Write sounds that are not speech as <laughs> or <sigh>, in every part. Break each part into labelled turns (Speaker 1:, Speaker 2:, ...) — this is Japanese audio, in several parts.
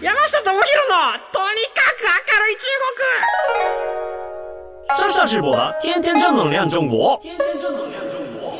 Speaker 1: 智弘のとにかく明るい中国
Speaker 2: 上下直播的《天天正能量中国》，天天正能量中国。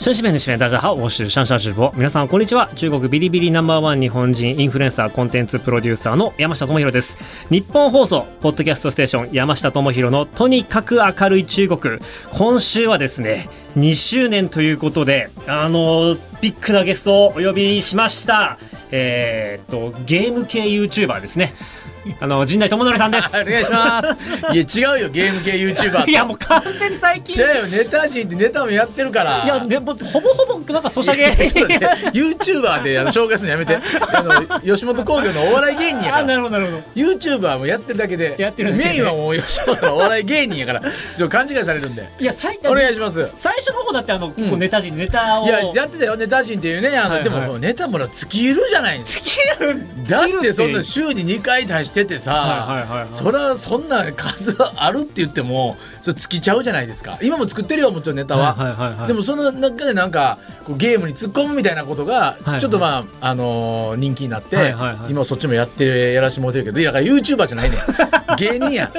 Speaker 2: 新视频的视频，大家好，我是上上直播。皆さんこんにちは。中国ビリビリナンバーワン日本人インフルエンサーコンテンツプロデューサーの山下智博です。日本放送ポッドキャストステーション山下智博のとにかく明るい中国。今週はですね、2周年ということで、あのビッグなゲストをお呼びしました。えー、っとゲーム系 YouTuber ですね。あの陣内智則さんです。
Speaker 3: お願いします。いや違うよゲーム系ユーチューバー。
Speaker 2: <laughs> いやもう完全に最近。
Speaker 3: 違うよネタ人ってネタもやってるから。
Speaker 2: いやねほぼほぼなんかソシャゲ。 <laughs>
Speaker 3: ユーチューバーであの紹介するのやめて。あの吉本興業のお笑い芸人やから。
Speaker 2: なるほどなるほど。
Speaker 3: ユーチューバーもやってるだけで。
Speaker 2: やってる、ね、
Speaker 3: メインはもう吉本のお笑い芸人やから。ちょっと勘違いされるんで。
Speaker 2: いや最
Speaker 3: お願いします。
Speaker 2: 最初の方だってあの、うん、ネタ人ネタを。
Speaker 3: いややってたよネタ人っていうねあの、はいはい、でもネタもら尽きるじゃない。
Speaker 2: 尽きる。
Speaker 3: だってそんな週に2回出して。しててさ、そりゃそんな数あるって言ってもそれ尽きちゃうじゃないですか今も作ってるよもちろんネタは,、でもその中でなんかこうゲームに突っ込むみたいなことが、ちょっとまあ、はいはい、あのー、人気になって、はいはいはい、今そっちもやってやらせてもらってるけどいやだから YouTuber じゃないね <laughs> 芸人や。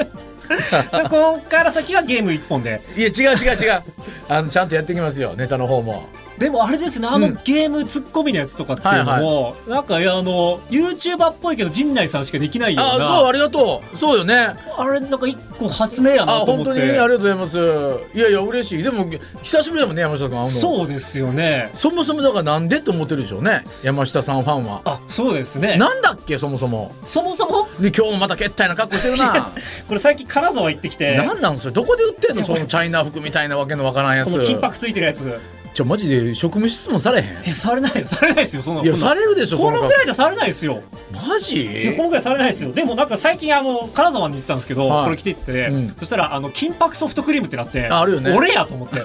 Speaker 2: ここから先はゲーム一本で
Speaker 3: いや違う違う違うあのちゃんとやってきますよネタの方も
Speaker 2: でもあれですねあの、うん、ゲームツッコミのやつとかっていうのも、はいはい、なんかあの YouTuber っぽいけど陣内さんしかできないような
Speaker 3: あそうありがとうそうよね
Speaker 2: あれなんか一個発明やなと思って
Speaker 3: あ本当にありがとうございますいやいや嬉しいでも久しぶりだもんね山下君会う
Speaker 2: そうですよね
Speaker 3: そもそもだからなんでと思ってるでしょうね山下さんファンは
Speaker 2: あそうですね
Speaker 3: なんだっけそもそも
Speaker 2: そもそも
Speaker 3: で今日もまたけったいな格好して
Speaker 2: <laughs>
Speaker 3: るな
Speaker 2: これ最近金沢行ってきて
Speaker 3: なんなんそれどこで売ってんのそのチャイナ服みたいなわけのわからんやつ
Speaker 2: 金箔ついてるやつ
Speaker 3: ちょマジで職務質問されへん
Speaker 2: えされないされないですよそんない
Speaker 3: やされるでしょ
Speaker 2: このぐらいじゃされないですよ
Speaker 3: マジ
Speaker 2: このぐらいされないですよでもなんか最近あの金沢に行ったんですけど、はい、これ着てって、うん、そしたらあの金箔ソフトクリームってなって
Speaker 3: あるよね
Speaker 2: 俺やと
Speaker 3: <laughs>
Speaker 2: 思って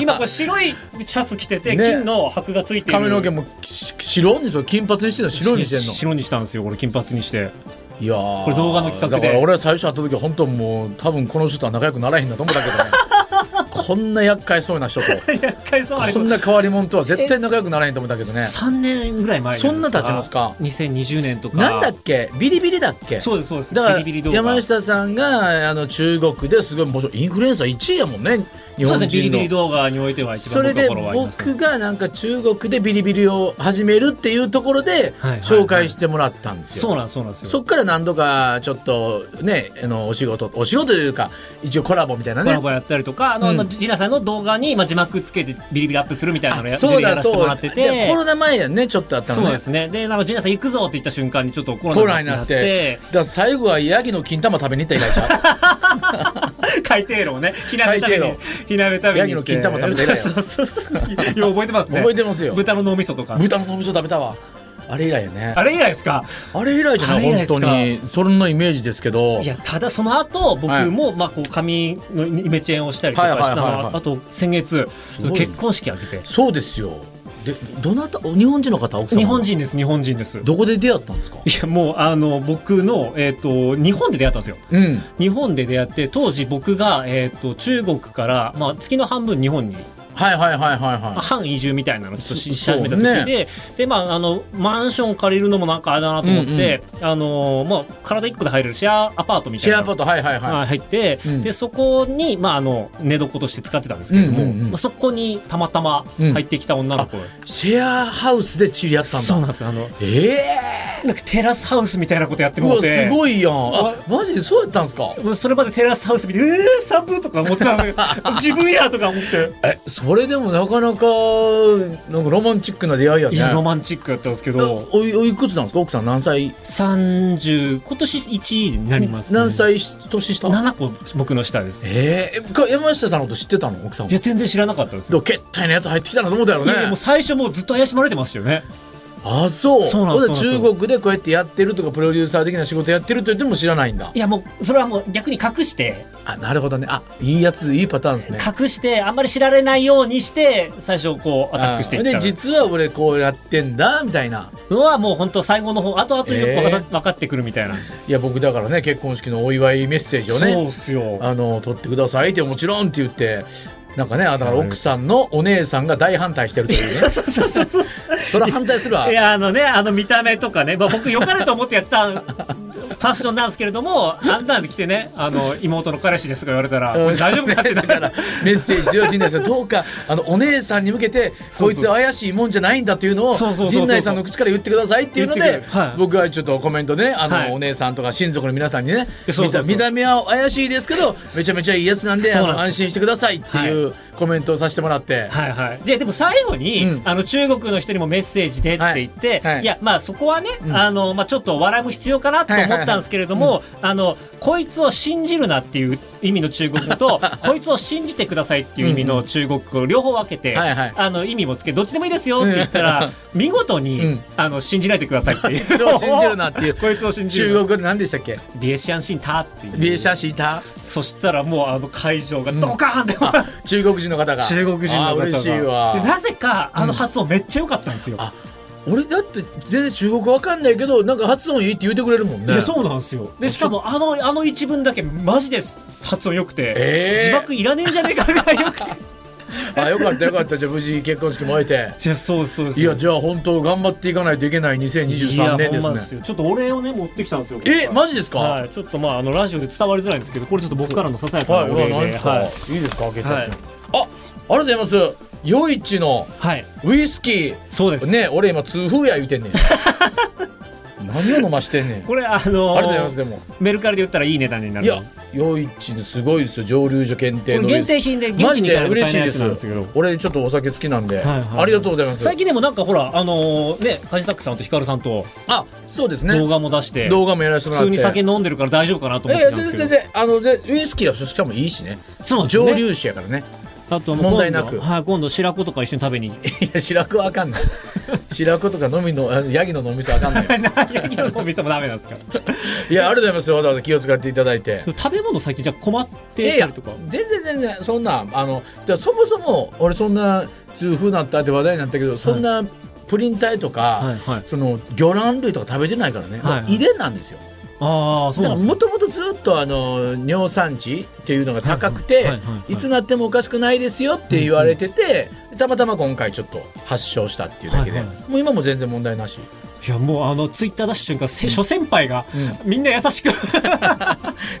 Speaker 2: 今これ白いシャツ着てて、ね、金の箔がついてる
Speaker 3: 髪の毛も白にし金髪にしてるの白にしてんの
Speaker 2: 白にしたんですよ俺金髪に
Speaker 3: <laughs>
Speaker 2: して
Speaker 3: いや
Speaker 2: これ動画の企画
Speaker 3: でだから俺は最初会った時本当もう多分この人とは仲良くならへんなと思ったけどね
Speaker 2: <laughs>
Speaker 3: こんな厄介そうな人とこんな変わり者とは絶対仲良くならへんと思ったけどね
Speaker 2: 3年ぐらい前
Speaker 3: そんな経ちますか
Speaker 2: 2020年とか
Speaker 3: なんだっけビリビリだっけ
Speaker 2: そうですそうです
Speaker 3: だから山下さんがあの中国ですごいもちろんインフルエンサー1位やもんね日本人の、
Speaker 2: ビリビリ動画においては一番のところはあります
Speaker 3: ね、それで僕がなんか中国でビリビリを始めるっていうところで紹介してもらったんですよ、
Speaker 2: はいはいはい、そうなんですよ
Speaker 3: そっから何度かちょっとねあのお仕事お仕事というか一応コラボみたいなね
Speaker 2: コラボやったりとかあの、うん、ジナさんの動画に、まあ、字幕つけてビリビリアップするみたいなのや
Speaker 3: そうだ
Speaker 2: そう
Speaker 3: コロナ前やねちょっとあったの、
Speaker 2: ね、そうですねでなんかジナさん行くぞって言った瞬間にちょっとコロナになって
Speaker 3: だ最後はヤギの金玉食べに行った以来ち
Speaker 2: <laughs> ゃう海底炉ね火鍋食べに火鍋食べ
Speaker 3: ヤギの金玉食べて以来
Speaker 2: そうそうそういや覚えてますね
Speaker 3: 覚えてますよ
Speaker 2: 豚の脳みそとか
Speaker 3: 豚の脳みそ食べたわあれ以来よね。
Speaker 2: あれ以来ですか。
Speaker 3: あれ以来じゃない、本当に。そんなイメージですけど。
Speaker 2: いや、ただその後、僕も、はい、まあ、こう、髪のイメチェンをしたりとかした、はいはい、あと、先月、結婚式挙げて。
Speaker 3: そうですよ。でどなた日本人の方
Speaker 2: 日本人です日本人です
Speaker 3: どこで出会ったんですか
Speaker 2: いやもうあの僕の、えーと、と日本で出会ったんですよ、
Speaker 3: うん、
Speaker 2: 日本で出会って当時僕が、えーと、と中国から、まあ、月の半分日本に
Speaker 3: はいはいはいはいはい。
Speaker 2: 半移住みたいなのをし始めた時で、ね、で、まあ、あの、マンション借りるのもなんかあれだなと思って、うんうん、あの、まあ、体一個で入れるシェアアパートみたいな。
Speaker 3: シェアアパート、はいはいはい。まあ、
Speaker 2: 入って、うん、で、そこに、まあ、あの、寝床として使ってたんですけれども、うんうんうん、まあ、そこにたまたま入ってきた女の子、うん、
Speaker 3: シェアハウスで知り合ったんだ。
Speaker 2: そうなんですあの、
Speaker 3: え
Speaker 2: ー、なんかテラスハウスみたいなことやってもらって。
Speaker 3: すごいやん。あ、マジでそうやったんですか
Speaker 2: それまでテラスハウス見て、えー、サブとか思ってたの
Speaker 3: <laughs>
Speaker 2: 自分やとか思って。
Speaker 3: え、そそれでもなかなかなんかロマンチックな出会いやね
Speaker 2: いやロマンチックやったんですけど
Speaker 3: おいおいくつなんですか奥さん何歳
Speaker 2: 30今年1位になります、
Speaker 3: ね、何歳年下
Speaker 2: 7個僕の下です
Speaker 3: ええー、山下さんのこと知ってたの奥さん
Speaker 2: いや全然知らなかったです
Speaker 3: けったいなやつ入ってきたなと思ったやろね
Speaker 2: もう最初もうずっと怪しまれてましたよね
Speaker 3: あそう
Speaker 2: そうなんですそうなん
Speaker 3: ほ
Speaker 2: です
Speaker 3: 中国でこうやってやってるとかプロデューサー的な仕事やってると言っても知らないんだ
Speaker 4: いやもうそれはもう逆に隠して
Speaker 3: あなるほどねあいいやついいパターンですね
Speaker 4: 隠してあんまり知られないようにして最初こうアタックしていっ
Speaker 3: で
Speaker 4: た
Speaker 3: 実は俺こうやってんだみたいな
Speaker 4: のはもう本当最後の方後々よく分か,、
Speaker 3: えー
Speaker 4: 分かってくるみたいな、
Speaker 3: いや僕だからね結婚式のお祝いメッセージを
Speaker 4: そう
Speaker 3: ね
Speaker 4: っすよ
Speaker 3: あの取ってくださいってもちろんって言ってなんかねあだから奥さんのお姉さんが大反対してるというねそれは反対するわ
Speaker 2: いや、あのね、あの見た目とかね、まあ、僕、良かれと思ってやってたファッションなんですけれども、あんなんで来てね、あの、妹の彼氏ですとか言われたら、これ大丈夫かってな
Speaker 3: だ
Speaker 2: る
Speaker 3: から <laughs> メッセージでよ陣内さんどうかあのお姉さんに向けてこいつ怪しいもんじゃないんだというのを
Speaker 2: そうそうそうそう
Speaker 3: 陣内さんの口から言ってくださいっていうの
Speaker 2: 言って
Speaker 3: で
Speaker 2: くれるはい
Speaker 3: 僕はちょっとコメントねあの、
Speaker 2: はい
Speaker 3: お姉さんとか親族の皆さんにね
Speaker 2: やそうそうそう
Speaker 3: 見た見た目は怪しいですけどめちゃめちゃいいやつなんで
Speaker 2: そうなん
Speaker 3: あ
Speaker 2: です
Speaker 3: の安心してくださいっていうコメントをさせてもらって、
Speaker 2: はいはい、ででも最後に、
Speaker 3: うん
Speaker 2: あの中国の人にもメッセージでって言って、
Speaker 3: はい
Speaker 2: い
Speaker 3: はい
Speaker 2: やまあそこはね、
Speaker 3: ん
Speaker 2: あのまあ、ちょっと笑いも必要かなと思ったんですけれども、あのこいつを信じるなっていう意味の中国語
Speaker 3: <laughs>
Speaker 2: とこいつを信じてくださいっていう意味の中国語を両方分けて、
Speaker 3: はいはい
Speaker 2: あの意味もつけどっちでもいいですよって言ったら、見事に、
Speaker 3: うん
Speaker 2: あの信じないでくださいっていう
Speaker 3: こいつを信じるなっていう
Speaker 2: こいつを信じる
Speaker 3: 中国
Speaker 2: な
Speaker 3: 語で何でしたっけ
Speaker 2: ビエシアンシンターっていう
Speaker 3: ビエシャシータ
Speaker 2: そしたらもうあの会場がドカーンって、
Speaker 3: 中国人の方が
Speaker 2: 中国人の方が
Speaker 3: あー嬉しいわ
Speaker 2: でなぜかあの発音めっちゃ良かったんですよ、
Speaker 3: あ俺だって全然中国語わかんないけどなんか発音いいって言ってくれるもんね
Speaker 2: いやそうなんですよでしかもあのあの一文だけマジです発音良くて、
Speaker 3: えー
Speaker 2: 字幕いらねえんじゃねえかぐらい
Speaker 3: <laughs>
Speaker 2: 良くて
Speaker 3: あよかったよかったじゃあ無事結婚式も終えて
Speaker 2: いやそうそう
Speaker 3: いやじゃあ本当頑張っていかないといけない2023年ですね
Speaker 2: よちょっとお礼をね持ってきたんですよ
Speaker 3: えマジですか
Speaker 2: は、
Speaker 3: はい
Speaker 2: ちょっとまああのラジオで伝わりづらいんですけどこれちょっと僕からのささや
Speaker 3: い
Speaker 2: かな
Speaker 3: はい
Speaker 2: お礼で、
Speaker 3: 何
Speaker 2: はい
Speaker 3: ですか、い、いですか開けて、
Speaker 2: はい
Speaker 3: あありがとうございます余市の
Speaker 2: はい
Speaker 3: ウイスキ
Speaker 2: そうです
Speaker 3: ーね俺今痛風や言
Speaker 2: <laughs>
Speaker 3: うてんねん何を飲ましてんねんあり
Speaker 2: これあの
Speaker 3: がとうございますでも
Speaker 2: メルカリで売ったらいい値段にないる
Speaker 3: や
Speaker 2: こ
Speaker 3: 余市のすごいですよ蒸留所検定
Speaker 2: れ
Speaker 3: の
Speaker 2: 限定品で現
Speaker 3: マ
Speaker 2: 地
Speaker 3: ジ
Speaker 2: に行かないと
Speaker 3: で
Speaker 2: 買
Speaker 3: 嬉
Speaker 2: え
Speaker 3: し
Speaker 2: ないい
Speaker 3: で
Speaker 2: やつ
Speaker 3: す
Speaker 2: なんですけど
Speaker 3: 俺ちょっとお酒好きなんで、
Speaker 2: はいはい
Speaker 3: ありがとうございます
Speaker 2: 最近でもなんかほらあのねカジタックさんとヒカルさんと
Speaker 3: あそうですね
Speaker 2: 動
Speaker 3: 動画
Speaker 2: 画も出して、
Speaker 3: もやらせても
Speaker 2: 普
Speaker 3: らって
Speaker 2: 通に酒飲んでるから大丈夫かなと思っ
Speaker 3: い
Speaker 2: て
Speaker 3: や
Speaker 2: たんです
Speaker 3: 全
Speaker 2: け
Speaker 3: 然
Speaker 2: ど
Speaker 3: 全然あのでウイスキーはしかもいいしね
Speaker 2: そうなんですよ
Speaker 3: 蒸
Speaker 2: ね
Speaker 3: 留酒やからね
Speaker 2: あともう
Speaker 3: 問題
Speaker 2: 今
Speaker 3: な
Speaker 2: 度
Speaker 3: く
Speaker 2: はい、今度白子とか一緒に食べ
Speaker 3: <laughs>
Speaker 2: に
Speaker 3: いや白子はあかんない白子とか飲みのあヤギの飲みそあかんない
Speaker 2: 何やお店もダメなんですか
Speaker 3: いやありがとうございますわざわざ気を使っていただいて
Speaker 2: 食べ物最近じゃあ困っ
Speaker 3: いや
Speaker 2: て
Speaker 3: い
Speaker 2: た
Speaker 3: や
Speaker 2: りとか
Speaker 3: 全然全然そんなあのじゃあそもそも俺そんな痛風なったって話題になったけどそんなプリン体とか、
Speaker 2: はいはい
Speaker 3: その魚卵類とか食べてないからね、
Speaker 2: はいはい
Speaker 3: 遺伝なんですよ
Speaker 2: ああそう
Speaker 3: だ
Speaker 2: な
Speaker 3: か
Speaker 2: ん
Speaker 3: ら
Speaker 2: ですか
Speaker 3: もともとずっとあの尿酸値っていうのが高くて、
Speaker 2: はいいはいはいはい
Speaker 3: つなってもおかしくないですよって言われてて、たまたま今回ちょっと発症したっていうだけで、
Speaker 2: はいはい
Speaker 3: もう今も全然問題なし
Speaker 2: いやもうあのツイッター出した瞬間せ諸先輩が、みんな優しく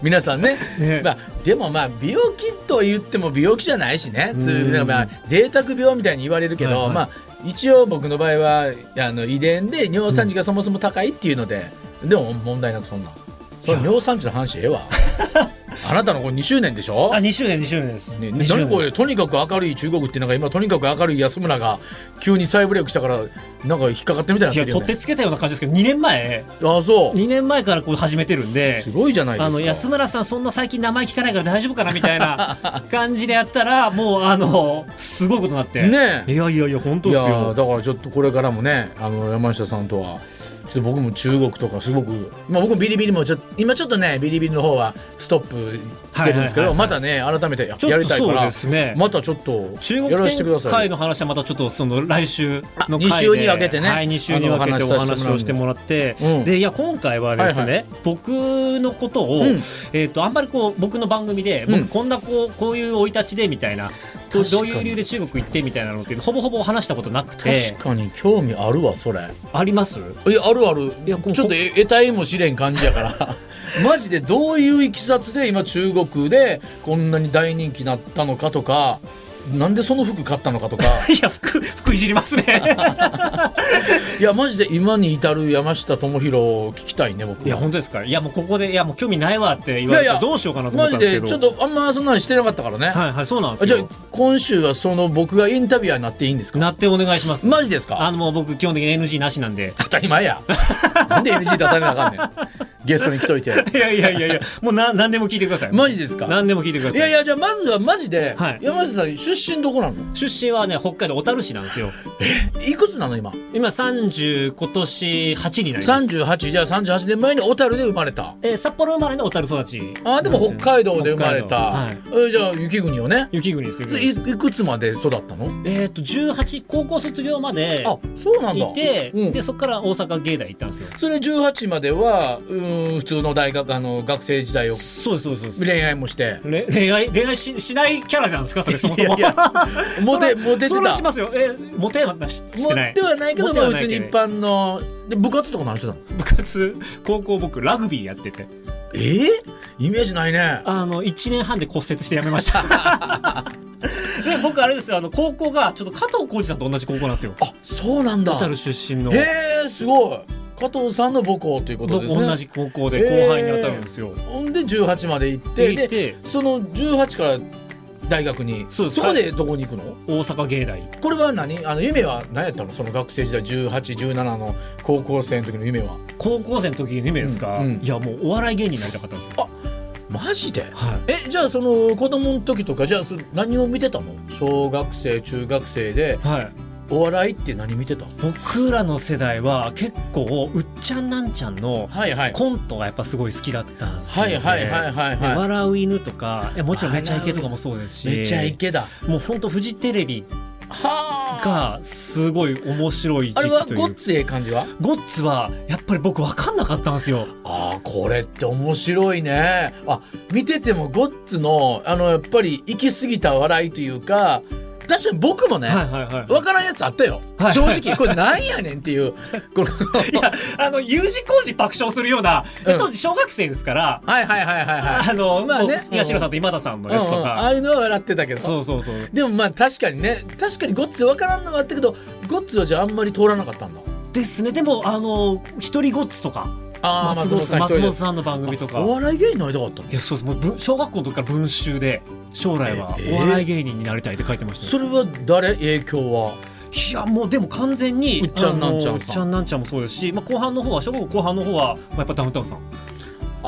Speaker 3: 皆さんね
Speaker 2: ね
Speaker 3: まあ、でもまあ病気と言っても病気じゃないしね痛
Speaker 2: うん
Speaker 3: 風まあ贅沢病みたいに言われるけど、
Speaker 2: はいはい
Speaker 3: まあ一応僕の場合はあの遺伝で尿酸値がそもそも高いっていうので、でも問題なくそんなんそれ尿酸値の話え
Speaker 2: <laughs>
Speaker 3: えわあなたのこれ2周年でしょ
Speaker 2: あ2周年2周年です、
Speaker 3: ね、
Speaker 2: 二周
Speaker 3: 何
Speaker 2: 年
Speaker 3: これとにかく明るい中国ってなんか今とにかく明るい安村が急に再ブレイクしたからなんか引っかかってみたい
Speaker 2: い
Speaker 3: に
Speaker 2: や
Speaker 3: なってるよ
Speaker 2: 取っ
Speaker 3: ね
Speaker 2: てつけたような感じですけど2年前
Speaker 3: ああそう
Speaker 2: 2年前からこう始めてるんです
Speaker 3: ごいじゃないですか
Speaker 2: あの安村さんそんな最近名前聞かないから大丈夫かなみたい
Speaker 3: <laughs>
Speaker 2: な感じでやったらもうあのすごいことになって
Speaker 3: ねえ
Speaker 2: いやいやいや本当
Speaker 3: い
Speaker 2: です
Speaker 3: や
Speaker 2: よ
Speaker 3: ーだからちょっとこれからもねあの山下さんとはちょっと僕も中国とかすごく、まあ、僕もビリビリもちょっと今ちょっとねビリビリの方はストップしてるんですけ
Speaker 2: は
Speaker 3: ど、
Speaker 2: いはい
Speaker 3: またね改めてや
Speaker 2: ちょっと
Speaker 3: やりたいから
Speaker 2: そうですね
Speaker 3: またちょっと
Speaker 2: 中
Speaker 3: や
Speaker 2: 国
Speaker 3: らせてくだ
Speaker 2: 展
Speaker 3: さ
Speaker 2: 開
Speaker 3: い。
Speaker 2: の話はまたちょっとその来週の回で
Speaker 3: あ二週に分けてね
Speaker 2: はい、2週に分けて
Speaker 3: あ
Speaker 2: お
Speaker 3: のお話しさせてもらうんで
Speaker 2: 話をしてもらって、
Speaker 3: うん
Speaker 2: でいや今回はですね、
Speaker 3: はいは
Speaker 2: 僕のことを、
Speaker 3: うん
Speaker 2: えっ、とあんまりこう僕の番組で、
Speaker 3: うん
Speaker 2: 僕こんなこうこういう生い立ちでみたいなどう
Speaker 3: 確か
Speaker 2: どう
Speaker 3: に
Speaker 2: いう理由で中国行ってみたいなのってほぼほぼ話したことなくて
Speaker 3: 確かに興味あるわそれ。
Speaker 2: あります <laughs>
Speaker 3: いやあるある
Speaker 2: いやこ
Speaker 3: ちょっとえ得体も知れん感じやから
Speaker 2: <laughs>
Speaker 3: マジでどういういきさつで今中国でこんなに大人気になったのかとかなんでその服買ったの
Speaker 2: <laughs>
Speaker 3: かとか
Speaker 2: いや服服いじりますね
Speaker 3: いやマジで今に至る山下智博を聞きたいね僕
Speaker 2: いや本当ですかいやもうここでいやもう興味ないわって言われ
Speaker 3: いやい
Speaker 2: て
Speaker 3: や
Speaker 2: どうしようかなと思っ
Speaker 3: マ
Speaker 2: た
Speaker 3: ジ
Speaker 2: んですけ
Speaker 3: で
Speaker 2: ど
Speaker 3: ちょっとあんまそんなにしてなかったからね、
Speaker 2: はいはいそうなんです
Speaker 3: あ
Speaker 2: よ
Speaker 3: じゃあ今週はその僕がインタビュアーになっていいんですか
Speaker 2: なってお願いします
Speaker 3: マジですか <laughs>
Speaker 2: あのもう僕基本的に NG なしなんで
Speaker 3: 当たり前やなんで NG 出されなあかんねんゲストに来と
Speaker 2: <laughs>
Speaker 3: いて
Speaker 2: いやいやいやいや、もうな何でも聞いてください。
Speaker 3: マジですか
Speaker 2: 何でも聞いてくださ
Speaker 3: い
Speaker 2: い。
Speaker 3: やいやじゃあまずはマジで、
Speaker 2: はい
Speaker 3: 山下さん出身どこなの
Speaker 2: 出身はね、北海道小樽市なんですよ。
Speaker 3: いくつなの今
Speaker 2: 今30、今年8になります。
Speaker 3: 38じゃあ38年前に小樽で生まれた
Speaker 2: えー札幌生まれの小樽育ち。
Speaker 3: あーでも北海道で生まれた、
Speaker 2: 北海道はい。
Speaker 3: えーじゃあ雪国よね
Speaker 2: 雪国ですよ。
Speaker 3: いいくつまで育ったの
Speaker 2: えっと、18、高校卒業まで
Speaker 3: あそうなんだ
Speaker 2: いて、
Speaker 3: うん
Speaker 2: で、そこから大阪芸大行ったんですよ。
Speaker 3: それ18まではうーん普通の大学あの学生時代を
Speaker 2: そうです、そうですそうです。
Speaker 3: 恋愛もして
Speaker 2: れ恋愛、恋愛ししないキャラなんですかそれ、そも
Speaker 3: い
Speaker 2: そ
Speaker 3: や
Speaker 2: も
Speaker 3: い。やモテモテてた
Speaker 2: それはし
Speaker 3: モ
Speaker 2: ますよ。えー、モテはなししてない。
Speaker 3: テはないけどまあ
Speaker 2: モテ
Speaker 3: 普
Speaker 2: は
Speaker 3: 通
Speaker 2: ない
Speaker 3: に
Speaker 2: け
Speaker 3: 一
Speaker 2: ど
Speaker 3: 般ので部活とか何してたの
Speaker 2: 部活、高校僕、ラグビーやってて、
Speaker 3: えイメージないね
Speaker 2: あの、1年半で骨折してやめました。
Speaker 3: <laughs>
Speaker 2: で、僕、あれですよ、あの、高校が、ちょっと加藤浩次さんと同じ高校なんですよ。
Speaker 3: あそうなんだ
Speaker 2: 小樽出身の。
Speaker 3: へえすごい加藤さんの母校ということ
Speaker 2: ど
Speaker 3: で
Speaker 2: こ
Speaker 3: すね
Speaker 2: 同じ高校で後輩に当たるんですよ。
Speaker 3: ほんで18まで行って
Speaker 2: 行っ
Speaker 3: で
Speaker 2: て、
Speaker 3: その18から大学に
Speaker 2: そうです
Speaker 3: こでどこに行くの
Speaker 2: 大阪芸大。
Speaker 3: これは何あの夢は何やったのその学生時代1817の高校生の時の夢は
Speaker 2: 高校生の時の夢ですか、
Speaker 3: うんうん
Speaker 2: いや、もうお笑い芸人になりたかったんですよ。
Speaker 3: マジで
Speaker 2: はい。
Speaker 3: えじゃあその子供の時とかじゃあそ何を見てたの小学生中学生で
Speaker 2: はい、
Speaker 3: お笑いって何見てた
Speaker 2: 僕らの世代は結構うっちゃんなんちゃんの
Speaker 3: はいはい
Speaker 2: コントがやっぱすごい好きだったんですよ、
Speaker 3: は
Speaker 2: ね、
Speaker 3: いはいはいはい
Speaker 2: で
Speaker 3: は
Speaker 2: 笑う犬とかいやもちろんめちゃイケとかもそうです
Speaker 3: い
Speaker 2: し
Speaker 3: めちゃイケだ
Speaker 2: もうほんとフジテレビ
Speaker 3: はあ
Speaker 2: がすごい面白い時
Speaker 3: あれ
Speaker 2: 期
Speaker 3: は
Speaker 2: と
Speaker 3: ご
Speaker 2: い
Speaker 3: っ
Speaker 2: う
Speaker 3: つええ感じは
Speaker 2: ゴッツはやっぱり僕分かんなかったんですよ
Speaker 3: ああこれって面白いねあ見ててもゴッツのあのやっぱり行き過ぎた笑いというか確かに僕もね、
Speaker 2: はいはいはい
Speaker 3: 分からんやつあったよ、
Speaker 2: はい
Speaker 3: 正直これなんやねんっ
Speaker 2: <laughs>
Speaker 3: ていうこの
Speaker 2: あの U 字工事爆笑するような、え
Speaker 3: うん
Speaker 2: 当時小学生ですから、
Speaker 3: はいはいはいはい
Speaker 2: <laughs>
Speaker 3: はい
Speaker 2: あの、
Speaker 3: まあね
Speaker 2: こう東野さんと今田さんの
Speaker 3: うん
Speaker 2: や
Speaker 3: う
Speaker 2: つと
Speaker 3: んあ
Speaker 2: か、
Speaker 3: あいうのは笑ってたけど
Speaker 2: そうそうそう
Speaker 3: でもまあ確かにね確かにゴッツ分からんのはあったけどゴッツはじゃああんまり通らなかったんだ
Speaker 2: ですねでもあの一人ゴッツとか
Speaker 3: あー
Speaker 2: 松本さん
Speaker 3: 一人
Speaker 2: 松
Speaker 3: で
Speaker 2: 本さんの番組とか
Speaker 3: あお笑い芸人になりたかったの
Speaker 2: いやそうですもう文小学校の時から文集で将来は
Speaker 3: え
Speaker 2: お笑い芸人になりたいって書いてました
Speaker 3: そ
Speaker 2: よ、
Speaker 3: れは誰影響はい
Speaker 2: やもうでも完全に
Speaker 3: うっちゃんなんちゃ
Speaker 2: あの
Speaker 3: んさん
Speaker 2: うっちゃんなんちゃんもそうですし、まあ、後半の方は小学校後半の方は、まあ、やっぱダウンタウンさん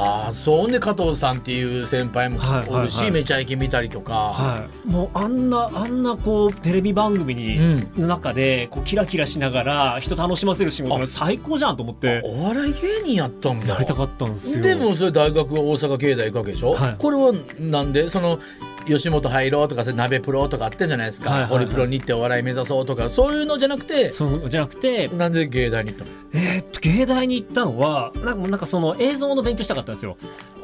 Speaker 3: ああそうね加藤さんっていう先輩も
Speaker 2: はい
Speaker 3: おるし、
Speaker 2: はいはい
Speaker 3: めちゃイケ見たりとか、
Speaker 2: はいもうあんなあんなこうテレビ番組に、
Speaker 3: うん
Speaker 2: の中でこうキラキラしながら人楽しませる仕事が最高じゃんと思って
Speaker 3: お笑い芸人やったんだ
Speaker 2: やりたかったんですよ
Speaker 3: でもそれ大学は大阪芸大学でしょ、
Speaker 2: はい
Speaker 3: これはなんでその吉本入ろうとかそれ鍋プロとかあってんじゃないですか、
Speaker 2: はいはいはい
Speaker 3: ホリプロに行ってお笑い目指そうとかそういうのじゃなくて
Speaker 2: そうじゃなくて
Speaker 3: なんで芸大に行ったの
Speaker 2: えーっと芸大に行ったのはなんかもうなんかその映像の勉強したかったんですよ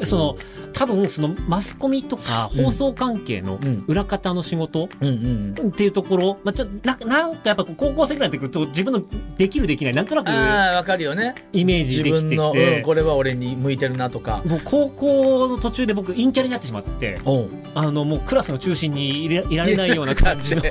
Speaker 2: その多分そのマスコミとか
Speaker 3: うん
Speaker 2: 放送関係の
Speaker 3: うん
Speaker 2: 裏方の仕事
Speaker 3: うんうん
Speaker 2: っていうところ、まあ、ちょっとななんかやっぱこう高校生ぐらいの時と自分のできるできないなんとなく
Speaker 3: ああわかるよね
Speaker 2: イメージ
Speaker 3: 自
Speaker 2: でき
Speaker 3: 分
Speaker 2: てき
Speaker 3: の、うん、
Speaker 2: て
Speaker 3: これは俺に向いてるなとか
Speaker 2: もう高校の途中で僕陰キャになってしまって
Speaker 3: うん
Speaker 2: あのもうクラスの中心にいれいられないような感じの
Speaker 3: い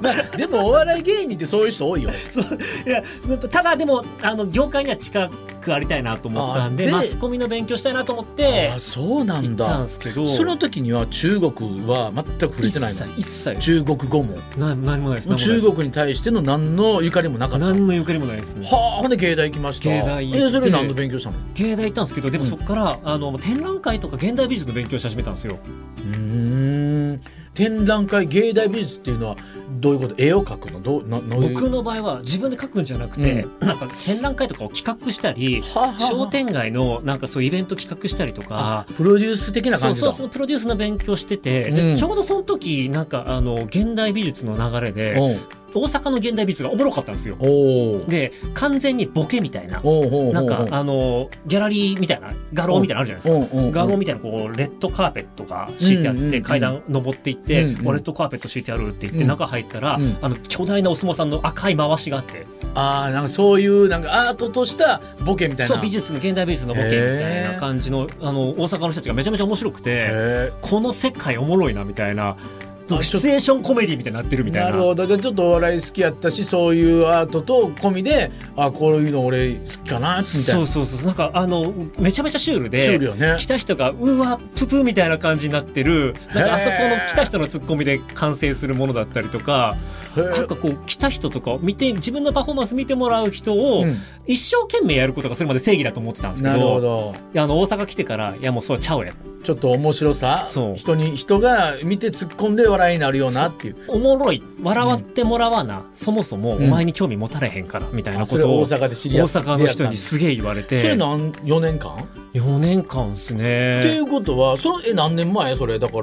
Speaker 3: まあでもお笑い芸人ってそういう人多いよ
Speaker 2: <laughs> いやただでもあの業界には近くありたいなと思ったん
Speaker 3: あ
Speaker 2: で
Speaker 3: で
Speaker 2: マスコミの勉強したいなと思って
Speaker 3: あそうな
Speaker 2: 行
Speaker 3: ん
Speaker 2: ったん
Speaker 3: だ
Speaker 2: ですけど
Speaker 3: その時には中国は全く触れてないの
Speaker 2: 一切一切
Speaker 3: 中国語も
Speaker 2: な何もないです何もないです
Speaker 3: 中国に対しての何のゆかりもなかった
Speaker 2: 何のゆかりもないですね
Speaker 3: はあほんで芸大行きました
Speaker 2: 芸大行って
Speaker 3: えそれ何の勉強したの
Speaker 2: 芸大行ったんですけどでも
Speaker 3: うん
Speaker 2: そこから、あの展覧会とか現代美術の勉強し始めたんですよ
Speaker 3: うーん展覧会芸大美術っていうのはどういうこと絵を描くのどうなどういう
Speaker 2: 僕の場合は自分で書くんじゃなくて、なんか展覧会とかを企画したり
Speaker 3: はあはあはあ
Speaker 2: 商店街のなんかそういうイベント企画したりとか
Speaker 3: あプロデュース的な
Speaker 2: そ
Speaker 3: 感
Speaker 2: う
Speaker 3: じ
Speaker 2: そ
Speaker 3: だ
Speaker 2: うそのプロデュースの勉強してて、
Speaker 3: うん
Speaker 2: でちょうどその時なんかあの現代美術の流れで、
Speaker 3: うん
Speaker 2: 大阪の現代美術がおもろかったんですよ
Speaker 3: おお
Speaker 2: で完全にボケみたいな
Speaker 3: おうおうおうおう
Speaker 2: なんかあのギャラリーみたいな画廊みたいなのあるじゃないですか
Speaker 3: うんうんうん
Speaker 2: 画廊みたいなこうレッドカーペットが敷いてあっ
Speaker 3: うんうんう
Speaker 2: て
Speaker 3: ん
Speaker 2: 階段登っていって
Speaker 3: うんうん
Speaker 2: おレッドカーペット敷いてあるって言っ
Speaker 3: う
Speaker 2: て
Speaker 3: ん
Speaker 2: 中入ったら
Speaker 3: うん
Speaker 2: あの巨大なお相撲さんの赤い回しがあって
Speaker 3: ああなんかそういうなんかアートとしたボケみたいな
Speaker 2: そう美術の現代美術のボケみたいな感じのあの大阪の人たちがめちゃめちゃ面白くて
Speaker 3: へ
Speaker 2: この世界おもろいなみたいな
Speaker 3: あ
Speaker 2: シチュエーションコメディみたいになってるみたい
Speaker 3: な
Speaker 2: な
Speaker 3: るほどでちょっとお笑い好きやったしそういうアートと込みであこういうの俺好きかなみたい
Speaker 2: そ
Speaker 3: な
Speaker 2: うそうそうなんかあのめちゃめちゃシュールで
Speaker 3: シュールよね
Speaker 2: 来た人がうわププみたいな感じになってるなん
Speaker 3: へー
Speaker 2: かあそこの来た人のツッコミで完成するものだったりとか
Speaker 3: へー
Speaker 2: なんかこう来た人とか見て自分のパフォーマンス見てもらう人を
Speaker 3: うん
Speaker 2: 一生懸命やることがそれまで正義だと思ってたんですけ
Speaker 3: なる
Speaker 2: ど,、
Speaker 3: ほど
Speaker 2: あの大阪来てからいやもうそれちゃうや
Speaker 3: ちょっと面白さ
Speaker 2: そう
Speaker 3: 人に人が見て突っ込んで笑いになるようなっていう
Speaker 2: おもろい笑わってもらわな、そもそもお
Speaker 3: うん
Speaker 2: 前に興味持たれへんからみたいな
Speaker 3: あそ
Speaker 2: こ
Speaker 3: れ
Speaker 2: とを、大
Speaker 3: 大阪で知り合った
Speaker 2: 阪の人に
Speaker 3: そ
Speaker 2: すげえ言われ
Speaker 3: れ
Speaker 2: て
Speaker 3: 何4年間、
Speaker 2: 4年間ですね
Speaker 3: っていうことはそのえ何年前それだから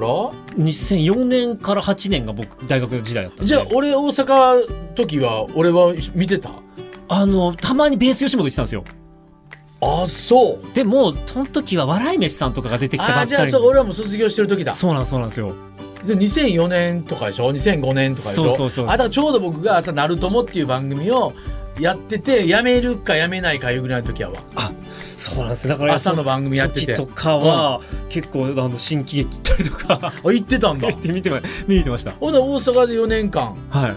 Speaker 2: 2004年から8年が僕大学時代だったんで
Speaker 3: じゃあ俺大阪時は俺は見てた
Speaker 2: あのたまにベース吉本行ってたんですよ
Speaker 3: あそう
Speaker 2: でもその時は笑い飯さんとかが出てきたば
Speaker 3: あ
Speaker 2: っ
Speaker 3: じゃ
Speaker 2: か
Speaker 3: あ
Speaker 2: り
Speaker 3: そう俺はもう卒業してる時だ
Speaker 2: そうなんそうなんですよ
Speaker 3: で2004年とかでしょ2005年とかでしょ
Speaker 2: そうそうそう
Speaker 3: あだからちょうど僕が朝「なるとも」っていう番組をやっててやめるかやめないかいうぐらいの時やわ
Speaker 2: そうなんですだから
Speaker 3: 朝の番組やって
Speaker 2: 時
Speaker 3: て
Speaker 2: とかは、結構あの新喜劇行ったりと
Speaker 3: <laughs>
Speaker 2: か
Speaker 3: あ行ってたん
Speaker 2: <laughs>
Speaker 3: だ
Speaker 2: 見て見てま見てました
Speaker 3: ほんで大阪で4年間
Speaker 2: はい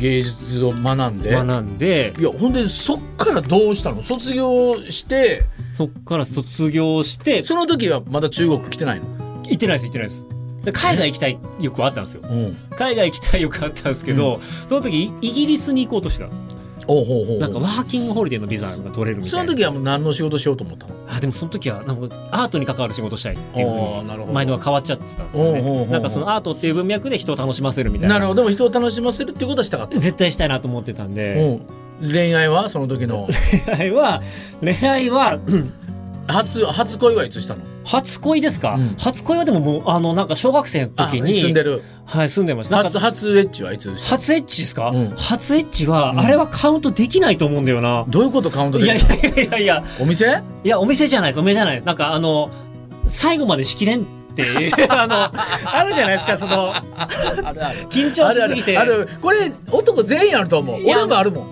Speaker 3: 芸術を学んで
Speaker 2: 学んで
Speaker 3: いやほんでそっからどうしたの卒業して
Speaker 2: そっから卒業して
Speaker 3: その時はまだ中国来てないの、
Speaker 2: 行ってないです行ってないですで海外行きたい欲はあったんですよ
Speaker 3: うん、
Speaker 2: 海外行きたい欲はあったんですけど、その時イイギリスに行こうとしてたんです
Speaker 3: おうほうほう
Speaker 2: なんかワーキングホリデーのビザが取れるみたいな
Speaker 3: その時はもう何の仕事しようと思ったの
Speaker 2: あでもその時はなんかアートに関わる仕事したいっていう
Speaker 3: あーな
Speaker 2: 風
Speaker 3: るほ
Speaker 2: に
Speaker 3: ど
Speaker 2: マインドが変わっちゃってたんですよ
Speaker 3: おうおうおうお
Speaker 2: ね
Speaker 3: う
Speaker 2: なんかそのアートっていう文脈で人を楽しませるみたいな
Speaker 3: なるほどでも人を楽しませるっていうことはしたかった、
Speaker 2: 絶対したいなと思ってたんで
Speaker 3: うん、恋愛はその
Speaker 2: <laughs>
Speaker 3: 時の
Speaker 2: 恋愛は恋愛はうん
Speaker 3: 初初恋はいつしたの
Speaker 2: 初恋ですか、
Speaker 3: うん
Speaker 2: 初恋はでももうあのなんか小学生の
Speaker 3: あ
Speaker 2: 時に
Speaker 3: 住んでる
Speaker 2: はい住んでましたなん
Speaker 3: 初
Speaker 2: か
Speaker 3: 初エッチはいつした
Speaker 2: 初エッチですか、
Speaker 3: うん
Speaker 2: 初エッチは、
Speaker 3: うん
Speaker 2: あれはカウントできないと思うんだよな、
Speaker 3: どういうことカウント
Speaker 2: い
Speaker 3: で
Speaker 2: やいやいやいやいや
Speaker 3: お店
Speaker 2: いやお店じゃないですお店じゃないですなんかあの最後までしきれんっていう <laughs> あのあるじゃないですかその
Speaker 3: あるある
Speaker 2: 緊張しすぎて
Speaker 3: あるあるあるこれ男全員あると思う
Speaker 2: いや
Speaker 3: 俺もあるもん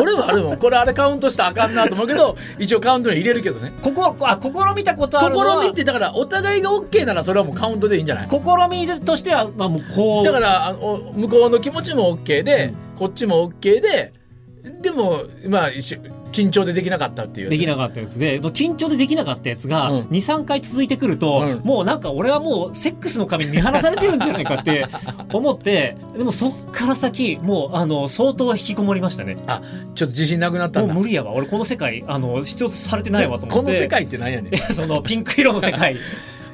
Speaker 3: 俺もあるもんこれあれカウントしたらあかんなと思うけ <laughs> ど一応カウントに入れるけどね
Speaker 2: ここあ試みたことあるのは
Speaker 3: 試みってだからお互いが OK ならそれはもうカウントでいいんじゃない
Speaker 2: 試みとしては、まあ、もうこう
Speaker 3: だからあの向こうの気持ちも OK で、こっちも OK ででもまあ一緒緊張でできなかったっていう
Speaker 2: できなかったやつで緊張でできなかったやつが
Speaker 3: うん
Speaker 2: 23、回続いてくると、
Speaker 3: うん
Speaker 2: もうなんか俺はもうセックスの神に見放されてるんじゃないかって
Speaker 3: <laughs>
Speaker 2: 思ってでもそっから先もうあの相当引きこもりましたね
Speaker 3: ちょっと自信なくなった
Speaker 2: も
Speaker 3: ん
Speaker 2: う
Speaker 3: だ
Speaker 2: 無理やわ俺この世界あの必要とされてないわと思
Speaker 3: こ
Speaker 2: って
Speaker 3: の世界ってなんやね <laughs> ん
Speaker 2: <laughs> そのピンク色の世
Speaker 3: <laughs>
Speaker 2: 界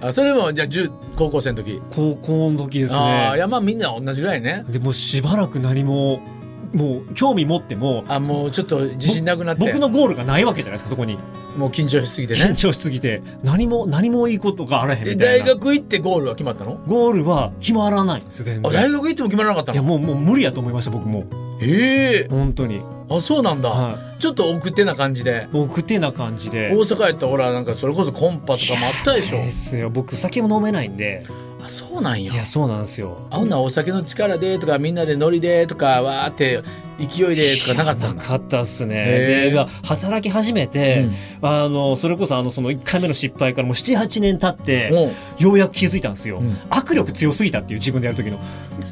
Speaker 3: あそれもじゃあ10高校生の時
Speaker 2: 高校の時です
Speaker 3: ああい
Speaker 2: ね
Speaker 3: やまあみんな同じぐらいね
Speaker 2: でもうしばらく何ももう興味持っても
Speaker 3: あもうちょっと自信なくなって
Speaker 2: 僕のゴールがないわけじゃないですかそこに
Speaker 3: もう緊張しすぎて
Speaker 2: 緊
Speaker 3: ね
Speaker 2: 張しすぎて何も何もいいことがあらへん
Speaker 3: で
Speaker 2: みたいな
Speaker 3: 大学行ってゴールは決まったの
Speaker 2: ゴールは決まらないんですよ全
Speaker 3: あ大
Speaker 2: 然
Speaker 3: 学行っても決まらなかった
Speaker 2: いや
Speaker 3: の
Speaker 2: もうもう無理やと思いました僕も
Speaker 3: ええ
Speaker 2: 本当に
Speaker 3: あそうなんだ、
Speaker 2: は
Speaker 3: ちょっと奥手な感じで
Speaker 2: いもう奥手な感じで
Speaker 3: 大阪やったらほらなんかそれこそコンパとかもあったでしょ
Speaker 2: ですよ僕酒も飲めないんで
Speaker 3: あそうなんや
Speaker 2: いやそうなんですよ
Speaker 3: あんなお酒の力でとかみんなでノリでとかわーって勢いでとかなかった
Speaker 2: なん
Speaker 3: だ
Speaker 2: かったっす
Speaker 3: へ
Speaker 2: ね
Speaker 3: え
Speaker 2: でまあ働き始めて、あのそれこそあのその1回目の失敗からもう78年経って
Speaker 3: も
Speaker 2: ようやく気づいたんですよ、
Speaker 3: うん
Speaker 2: 握力強すぎたっていう自分でやる時の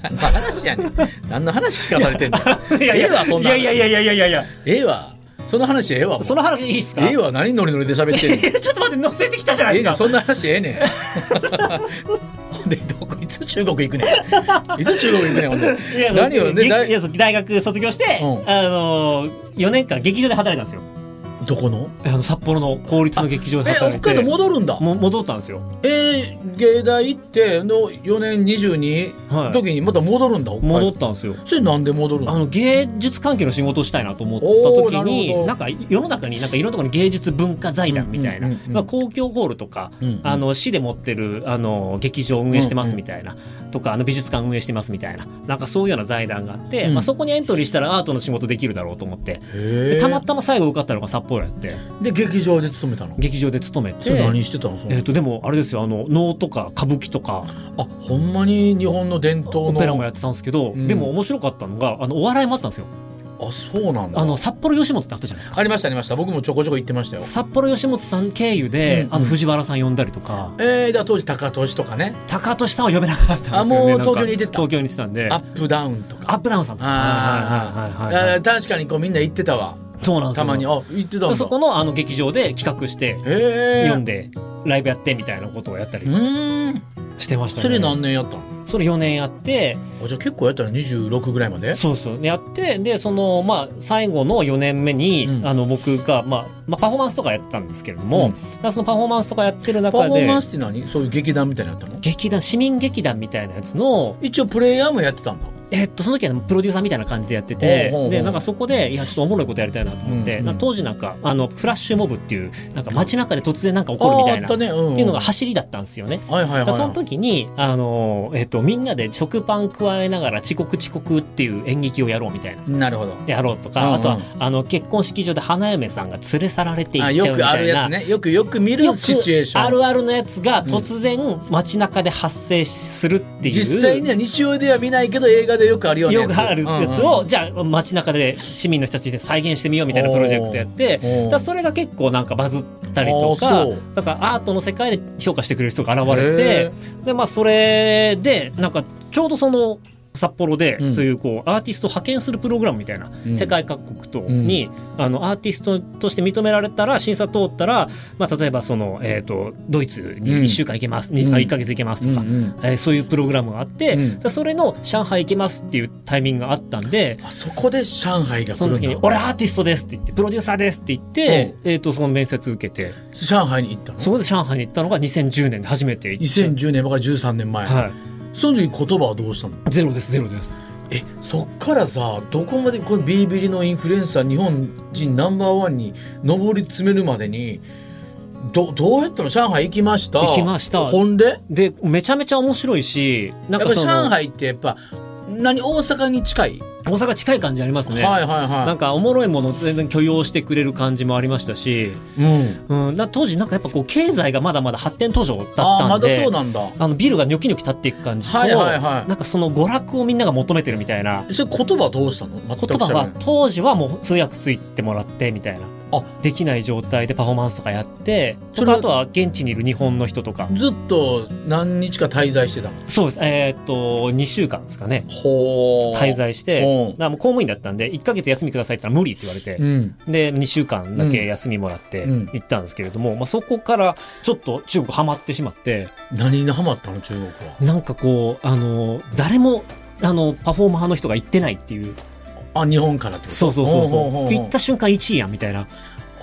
Speaker 3: うん話やねん何の話聞かされてんの
Speaker 2: いやい
Speaker 3: ええわそん
Speaker 2: やいや
Speaker 3: な
Speaker 2: いやいやいやいやいやいや
Speaker 3: ええわその話ええわもう
Speaker 2: その話いいっすか
Speaker 3: ええわ何ノリノリで喋ってんの
Speaker 2: <laughs> いやちょっと待って乗せてきたじゃない
Speaker 3: ええ
Speaker 2: ですか
Speaker 3: ねんそんな話ええね
Speaker 2: <laughs>
Speaker 3: んほんでどこいつ中国行くねんいつ中国行くねんほんで
Speaker 2: いや
Speaker 3: 何をね
Speaker 2: げ
Speaker 3: だい
Speaker 2: いやそう大学卒業して、
Speaker 3: うん
Speaker 2: あの4年間劇場で働いたんですよ
Speaker 3: どこの
Speaker 2: あの札幌の公立の劇場で
Speaker 3: え
Speaker 2: 働い
Speaker 3: 北
Speaker 2: て
Speaker 3: 海道戻るんだ
Speaker 2: も戻ったんですよ
Speaker 3: えー、芸大行っての4年22
Speaker 2: はい
Speaker 3: 時にまた戻るんだ、北海道
Speaker 2: 戻ったんですよ、
Speaker 3: それなんで戻る
Speaker 2: あ
Speaker 3: の
Speaker 2: の芸術関係の仕事をしたいなと思った
Speaker 3: おー
Speaker 2: 時
Speaker 3: なるほ
Speaker 2: に
Speaker 3: ど
Speaker 2: なんか世の中になんかいろんなところに芸術文化財団みたいな、
Speaker 3: うんうんうんうん
Speaker 2: まあ、公共ホールとか、
Speaker 3: うんうん
Speaker 2: あの市で持ってるあの劇場を運営してますみたいな、とかあの美術館運営してますみたいななんかそういうような財団があって、
Speaker 3: うん
Speaker 2: まあ、そこにエントリーしたらアートの仕事できるだろうと思って、
Speaker 3: へ
Speaker 2: で
Speaker 3: ー
Speaker 2: たまたま最後受かったのが札幌やって
Speaker 3: で劇場で勤めたの
Speaker 2: 劇場で勤めて
Speaker 3: それ何してたのその
Speaker 2: えっとでもあれですよあの能とか歌舞伎とか
Speaker 3: あほんまに日本の伝統
Speaker 2: オ
Speaker 3: の
Speaker 2: ペラもやってたんですけど、
Speaker 3: うん
Speaker 2: でも面白かったのがあのお笑いもあったんですよ
Speaker 3: あそうなんだ
Speaker 2: あの札幌吉本ってあったじゃないですか
Speaker 3: ありましたありました僕もちょこちょこ行ってましたよ
Speaker 2: 札幌吉本さん経由で、
Speaker 3: うんうん
Speaker 2: あの藤原さん呼んだりとか
Speaker 3: えー、だから当時高俊とかね
Speaker 2: 高俊さんは呼べなかったんですよ、ね、
Speaker 3: あもう
Speaker 2: なんか
Speaker 3: 東京にいてた
Speaker 2: 東京にいてたんで
Speaker 3: アップダウンとか
Speaker 2: アップダウンさんとかはいはいはいは
Speaker 3: あ
Speaker 2: いは
Speaker 3: あ
Speaker 2: い
Speaker 3: ー確かにこうみんな行ってたわ
Speaker 2: そうなんです
Speaker 3: た
Speaker 2: よ
Speaker 3: まにあ行ってたんだ
Speaker 2: そこのあの劇場で企画して
Speaker 3: へえ
Speaker 2: 読んでライブやってみたいなことをやった
Speaker 3: う
Speaker 2: り
Speaker 3: ーん
Speaker 2: してましたね
Speaker 3: それ何年やったの
Speaker 2: それ4年やって
Speaker 3: あじゃあ結構やったら26ぐらいまで
Speaker 2: <laughs> そうそうでやってでそのまあ最後の4年目に、
Speaker 3: うん
Speaker 2: あの僕が、まあ、まあパフォーマンスとかやってたんですけれども、
Speaker 3: うん
Speaker 2: だからそのパフォーマンスとかやってる
Speaker 3: パ
Speaker 2: 中
Speaker 3: フォー
Speaker 2: で
Speaker 3: マンスって何そういう劇団みたいなのやったの
Speaker 2: 劇団市民劇団みたいなやつの、
Speaker 3: 一応プレイヤーもやってたんだ
Speaker 2: えっとその時はプロデューサーみたいな感じでやってて
Speaker 3: ほうほうほう
Speaker 2: でなんかそこでいやちょっとおもろいことやりたいなと思って、
Speaker 3: うんうん
Speaker 2: なんか当時なんかあのフラッシュモブっていうなんか街中で突然なんか起こるみたい
Speaker 3: あーあ
Speaker 2: な
Speaker 3: ったね、うん、
Speaker 2: っていうのが走りだったんですよね。
Speaker 3: はいはいはい、はい、
Speaker 2: その時に、あのえっと、みんなで食パン加えながら遅刻遅刻っていう演劇をやろうみたいな。
Speaker 3: なるほど
Speaker 2: やろうと
Speaker 3: うん
Speaker 2: か、
Speaker 3: うん
Speaker 2: あとは、あの、結婚式場で花嫁さんが連れ去られていっちゃ
Speaker 3: あ
Speaker 2: うみたいな。
Speaker 3: よくあるやつねよくよく見
Speaker 2: よ
Speaker 3: る
Speaker 2: く
Speaker 3: シチュエーション
Speaker 2: あるあるのやつが突然街中で発生するっていう。
Speaker 3: 実際には日曜では見ないけど映画でよくあるような
Speaker 2: よ
Speaker 3: やつ
Speaker 2: くあるやつ
Speaker 3: うん
Speaker 2: を、じゃあ街中で市民の人たちで再現してみようみたいなプロジェクトやって、
Speaker 3: お
Speaker 2: だ
Speaker 3: ー
Speaker 2: からそれが結構なんかバズったりと
Speaker 3: あー
Speaker 2: か
Speaker 3: そう、
Speaker 2: だからアートの世界で評価してくれる人が現
Speaker 3: うん
Speaker 2: れ
Speaker 3: へ
Speaker 2: て、で、まあそれで、なんかちょうどその、札幌で、
Speaker 3: うん
Speaker 2: そういうこうアーティストを派遣するプログラムみたいな、
Speaker 3: うん
Speaker 2: 世界各国とに、あのアーティストとして認められたら審査通ったら、まあ、例えばその、えー、とドイツに1週間行けます、に
Speaker 3: うん
Speaker 2: あ1か月行けま
Speaker 3: ー
Speaker 2: すとか、
Speaker 3: うんうん
Speaker 2: えーそういうプログラムがあって、
Speaker 3: うん
Speaker 2: でそれの上海行けますっていうタイミングがあったんで、
Speaker 3: あそこで上海が来
Speaker 2: そ
Speaker 3: るん
Speaker 2: の
Speaker 3: だ
Speaker 2: 時に「俺アーティストです」って言って「プロデューサーです」って言って、えー、とその面接受けて
Speaker 3: 上海に行ったの
Speaker 2: そこで上海に行ったのが2010年で初めて行って、
Speaker 3: 2010年から13年前、
Speaker 2: は
Speaker 3: その時言葉はどうしたの
Speaker 2: い、ゼロですゼロです
Speaker 3: えそっからさどこまでこのビリビリのインフルエンサー日本人ナンバーワンに上り詰めるまでにどどうやったの上海行きました
Speaker 2: 行きました
Speaker 3: ほんで
Speaker 2: でめちゃめちゃ面白いしなん
Speaker 3: やっ
Speaker 2: か
Speaker 3: ぱ
Speaker 2: その
Speaker 3: 上海ってやっぱ何大阪に近い、
Speaker 2: 大阪近い感じありますね、
Speaker 3: はいはい
Speaker 2: な
Speaker 3: は
Speaker 2: んかおもろいものを全然許容してくれる感じもありましたし、
Speaker 3: いうん
Speaker 2: うん、だ当時なんかやっぱこう経済がまだまだ発展途上だっ
Speaker 3: ああー
Speaker 2: た
Speaker 3: ま
Speaker 2: ん
Speaker 3: だ
Speaker 2: で
Speaker 3: そうなんだ
Speaker 2: あのビルがニョキニョキ立っていく感じと、
Speaker 3: はいはいはい
Speaker 2: なんかその娯楽をみんなが求めてるみたいな
Speaker 3: それ言葉はどうしたの全く
Speaker 2: 言葉
Speaker 3: 知ら
Speaker 2: は
Speaker 3: ない
Speaker 2: 当時はもう通訳ついてもらってみたいな
Speaker 3: あ
Speaker 2: できない状態でパフォーマンスとかやって
Speaker 3: そ
Speaker 2: と
Speaker 3: れ
Speaker 2: か
Speaker 3: は
Speaker 2: あとは現地にいる日本の人とか
Speaker 3: ずっと何日か滞在してたの
Speaker 2: そうですえーっと2週間ですかね
Speaker 3: ほー
Speaker 2: 滞在して
Speaker 3: うん
Speaker 2: だからもう公務員だったんで1ヶ月休みくださいって言ったら無理って言われて、
Speaker 3: うん
Speaker 2: で2週間だけ休みもらって
Speaker 3: うん
Speaker 2: 行ったんですけれども、まあ、そこからちょっと中国ハマってしまって
Speaker 3: 何にハマったの中国は
Speaker 2: なんかこうあの誰もあのパフォーマーの人が行ってないっていう
Speaker 3: あ日本からってこと
Speaker 2: そうそうそう
Speaker 3: ほほほ
Speaker 2: そう
Speaker 3: ほ
Speaker 2: 行った瞬間1位やんみたいな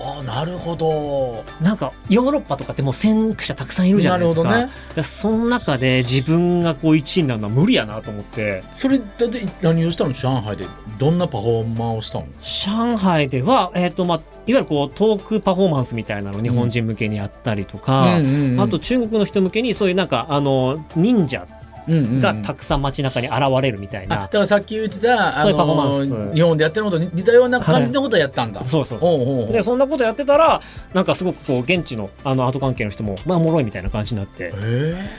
Speaker 3: あなるほど
Speaker 2: なんかヨーロッパとかってもう先駆者たくさんいるじゃないですか
Speaker 3: なるほどね
Speaker 2: だからその中で自分がこう1位になるのは無理やなと思って
Speaker 3: それだって何をしたの上海でどんなパフォーマーをしたの
Speaker 2: 上海では、えーとまあ、いわゆるこうトークパフォーマンスみたいなのを日本人向けにやったりとか、
Speaker 3: うんうんうん
Speaker 2: あと中国の人向けにそういうなんかあの忍者
Speaker 3: うんうんうん
Speaker 2: がたくさん街中に現れるみたい
Speaker 3: あ
Speaker 2: な
Speaker 3: だ、からさっき言ってたあ
Speaker 2: そういうパフォーマ
Speaker 3: の
Speaker 2: ンス
Speaker 3: ー日本でやってることに似たような感じのことをやったんだ、
Speaker 2: そうそう
Speaker 3: ほうほうほう
Speaker 2: でそんなことやってたらなんかすごくこう現地のあのアート関係の人もまあおもろいみたいな感じになって
Speaker 3: え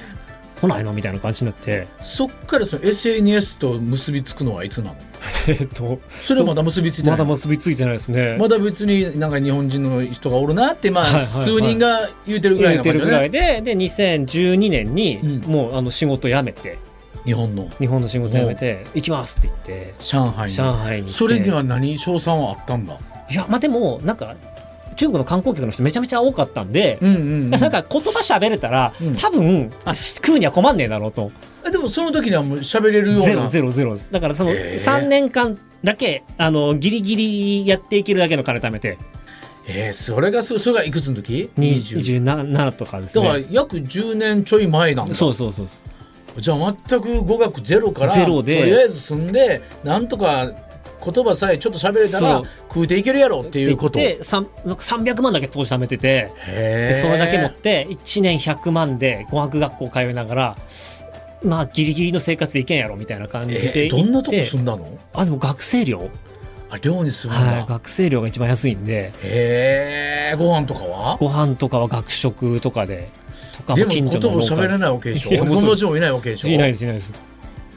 Speaker 2: 来ないのみたいな感じになって <laughs>
Speaker 3: ーそっからその SNS と結びつくのはいつなの
Speaker 2: えっと
Speaker 3: それはまだ結びついてな
Speaker 2: まだ
Speaker 3: い
Speaker 2: 結びついてないですね。
Speaker 3: まだ別になんか日本人の人がおるなってまあ
Speaker 2: はいはいはい
Speaker 3: 数人が言うてるぐらい
Speaker 2: 言うて
Speaker 3: の感
Speaker 2: る
Speaker 3: じだ
Speaker 2: ぐ
Speaker 3: ね、
Speaker 2: らいでで2012年に
Speaker 3: うん
Speaker 2: もうあの仕事辞めて
Speaker 3: 日本の
Speaker 2: 日本の仕事辞めて行きますって言って
Speaker 3: 上海
Speaker 2: 上
Speaker 3: の
Speaker 2: 海に行って
Speaker 3: それには何賞賛はあったんだ
Speaker 2: いやまあでもなんか中国の観光客の人めちゃめちゃ多かったんで、
Speaker 3: うんうん、うん
Speaker 2: なんか言葉喋れたら、
Speaker 3: うん
Speaker 2: 多分
Speaker 3: あ
Speaker 2: 食うには困んねえだろうと
Speaker 3: えでもその時にはもう喋れるような
Speaker 2: ゼロゼロゼロですだからその
Speaker 3: へえ
Speaker 2: 3年間だけあのギリギリやっていけるだけの金貯めて
Speaker 3: えー、それがそそれがいくつの時20
Speaker 2: 27とかです
Speaker 3: だから
Speaker 2: ね
Speaker 3: 約10年ちょい前なんだ
Speaker 2: そうそうそうそう
Speaker 3: じゃあ全く語学ゼロから
Speaker 2: ゼロで
Speaker 3: とりあえず住んでなんとか言葉さえちょっと喋れたら
Speaker 2: そう
Speaker 3: 食うていけるやろっていうこと
Speaker 2: でさんなんか300万だけ投資貯めてて
Speaker 3: へ
Speaker 2: で
Speaker 3: ー
Speaker 2: それだけ持って1年100万で語学学校通いながらまあギリギリの生活でいけんやろみたいな感じで
Speaker 3: えー
Speaker 2: 行って、
Speaker 3: どんなとこ住んだの
Speaker 2: あでも学生寮、
Speaker 3: あ寮に住むんだ、
Speaker 2: はい、学生寮が一番安いんで
Speaker 3: へえご飯とかは
Speaker 2: ご飯とかは学食とかでとか
Speaker 3: でも
Speaker 2: 近
Speaker 3: 言葉
Speaker 2: 所の
Speaker 3: 喋れ
Speaker 2: い
Speaker 3: ないわけでしょ
Speaker 2: いやもうそう
Speaker 3: 友達もいないわけでしょ
Speaker 2: いないですいないです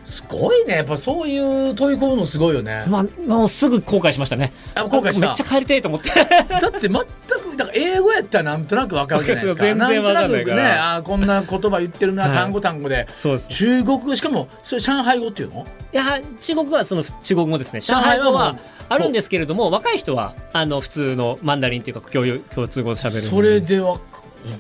Speaker 3: すごいねやっぱそういう問い込むのすごいよね、
Speaker 2: まあ、もうすぐ後悔しましたね。
Speaker 3: あ後悔した
Speaker 2: めっちゃ帰りたいと思って。
Speaker 3: <laughs> だって全くだから英語やったらなんとなくわかるじゃないですか
Speaker 5: 全然わかんないから
Speaker 3: んとなくねあーこんな言葉言ってるな、
Speaker 5: はい
Speaker 3: 単語単語で
Speaker 5: そうです。
Speaker 3: 中国語しかもそれ上海語っていうの
Speaker 2: い <laughs> や、中国はその中国語ですね。上
Speaker 3: 上海
Speaker 2: 海
Speaker 3: は
Speaker 2: 語
Speaker 3: もう
Speaker 2: はあるんですけれども、若い人は、あの、普通のマンダリンっていうか、共有、共通語で喋るんで。
Speaker 3: それでわか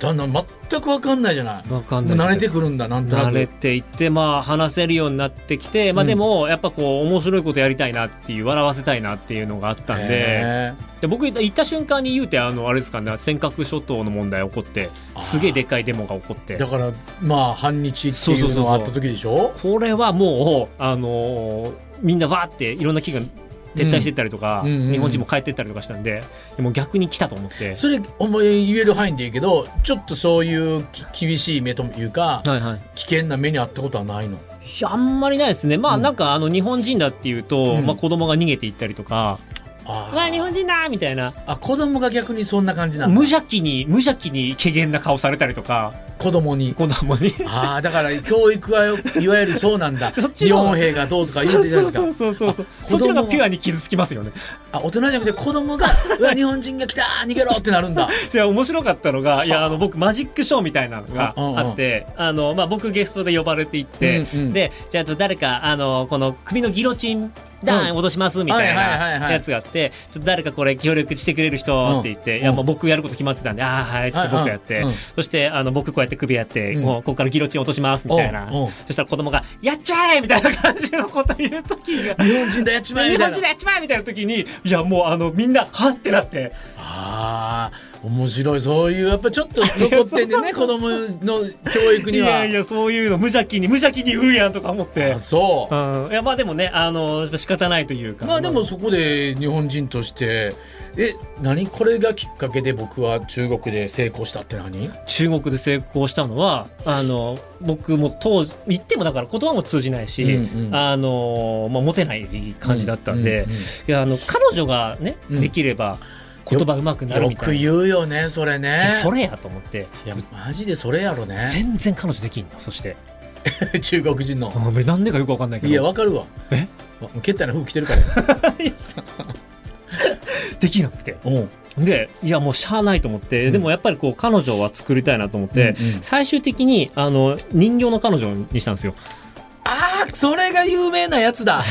Speaker 3: だんだん全くわかんないじゃない
Speaker 2: わかんないです
Speaker 3: 慣れてくるんだなんとな
Speaker 2: 慣れ
Speaker 3: く
Speaker 2: ていって、まあ、話せるようになってきて、ま
Speaker 3: う
Speaker 2: あ、
Speaker 3: ん
Speaker 2: でも、やっぱこう、面白いことやりたいなっていう、笑わせたいなっていうのがあったんで、
Speaker 3: へ
Speaker 2: で僕、行った瞬間に言うて、あの、あれですかね、尖閣諸島の問題起こって、
Speaker 3: あー
Speaker 2: すげえでっかいデモが起こって
Speaker 3: ーだ、からまあ反日っていうのがあった時でしょ
Speaker 2: これはもう、あのーみんなわーって、いろんな企業が撤退してったりとか、
Speaker 3: うんうんうんうん
Speaker 2: 日本人も帰ってったりとかしたんで、でも逆に来たと思って。
Speaker 3: それ思い言える範囲でいいけどちょっとそういうき厳しい目というか
Speaker 2: はいはい、
Speaker 3: 危険な目にあったことはないの
Speaker 2: いやあんまりないですね、まあ、
Speaker 3: うん
Speaker 2: なんかあの日本人だっていうと、
Speaker 3: うん
Speaker 2: まあ、子供が逃げていったりとか、
Speaker 3: あ
Speaker 2: わあ、日本
Speaker 3: ー
Speaker 2: 人だーみたいな、
Speaker 3: あ子供が逆にそんな感じなの
Speaker 2: 無邪気に、無邪気に、怪訝な顔されたりとか、
Speaker 3: 子供に
Speaker 2: 子供に。
Speaker 3: ああだから教育はいわゆるそうなん
Speaker 2: <laughs>
Speaker 3: だ
Speaker 2: そっちの
Speaker 3: 日本兵がどうとか言うてたじゃないですか
Speaker 2: <laughs> そうそうそうそう
Speaker 3: あ
Speaker 2: そっちの方
Speaker 3: 子供は
Speaker 2: がピュアに傷つきますよね。
Speaker 3: あ大人じゃなくて子
Speaker 2: <laughs>
Speaker 3: 供が「うわ日本人が来た逃げろ!」ってなるんだ
Speaker 2: で面白かったのが、い
Speaker 3: はあ
Speaker 2: やあの僕マジックショーみたいなのが
Speaker 3: あうんうん
Speaker 2: あって、あのまあ僕ゲストで呼ばれていって、
Speaker 3: うんうん
Speaker 2: でじゃあちょっと誰かあのこの首のギロチンダーン脅しますみたい
Speaker 3: はいはいはいは
Speaker 2: ないやつがあって、ちょっと誰かこれ協力してくれる人って言って、
Speaker 3: う
Speaker 2: い
Speaker 3: ん
Speaker 2: や
Speaker 3: うん
Speaker 2: もう僕やること決まってたんで、ああはいっつって
Speaker 3: はいは
Speaker 2: 僕
Speaker 3: い
Speaker 2: やって、
Speaker 3: うん
Speaker 2: そしてあの僕こうやって首やって、
Speaker 3: うん
Speaker 2: もうここからギロチン落としますみたいな、
Speaker 3: おうおう
Speaker 2: そしたら子供がやっちゃえみたいな感じのこと言う時が。
Speaker 3: 日本人だやっちまえみ
Speaker 2: 日
Speaker 3: た
Speaker 2: 本
Speaker 3: いな
Speaker 2: 人でやっちまえみたいな時に、いやもうあのみんな、はってなって、
Speaker 3: ああ面白いそういうやっぱちょっと残ってんで
Speaker 2: <laughs>
Speaker 3: ね子供の教育にはい
Speaker 2: やいやそういうの無邪気に無邪気に言うやんとか思って
Speaker 3: あそう、
Speaker 2: うんいやまあでもねあの仕方ないというか
Speaker 3: まあでもそこで日本人としてえ何これがきっかけで僕は中国で成功したって何
Speaker 2: 中国で成功したのはあの僕も当時言ってもだから言葉も通じないし、
Speaker 3: うんうん
Speaker 2: あのまあ、モテない感じだったんで、
Speaker 3: うう
Speaker 2: いやあの彼女がね
Speaker 3: うん
Speaker 2: できれば言葉うまくなる
Speaker 3: よ
Speaker 2: みたい
Speaker 3: く
Speaker 2: な、い
Speaker 3: 言うよねそれね
Speaker 2: やそれやと思って
Speaker 3: いやマジでそれやろね
Speaker 2: 全然彼女できんのそして
Speaker 3: <laughs> 中国人の
Speaker 2: あなんでかよくわかんないけど
Speaker 3: いやわかるわ
Speaker 2: え
Speaker 3: わもうけったいな服着てるからよ
Speaker 2: できなくて
Speaker 3: うん
Speaker 2: でいやもうしゃあないと思って、
Speaker 3: うん
Speaker 2: でもやっぱりこう彼女は作りたいなと思って、
Speaker 3: うんうん
Speaker 2: 最終的にあの人形の彼女にしたんですよ
Speaker 3: ああそれが有名なやつだ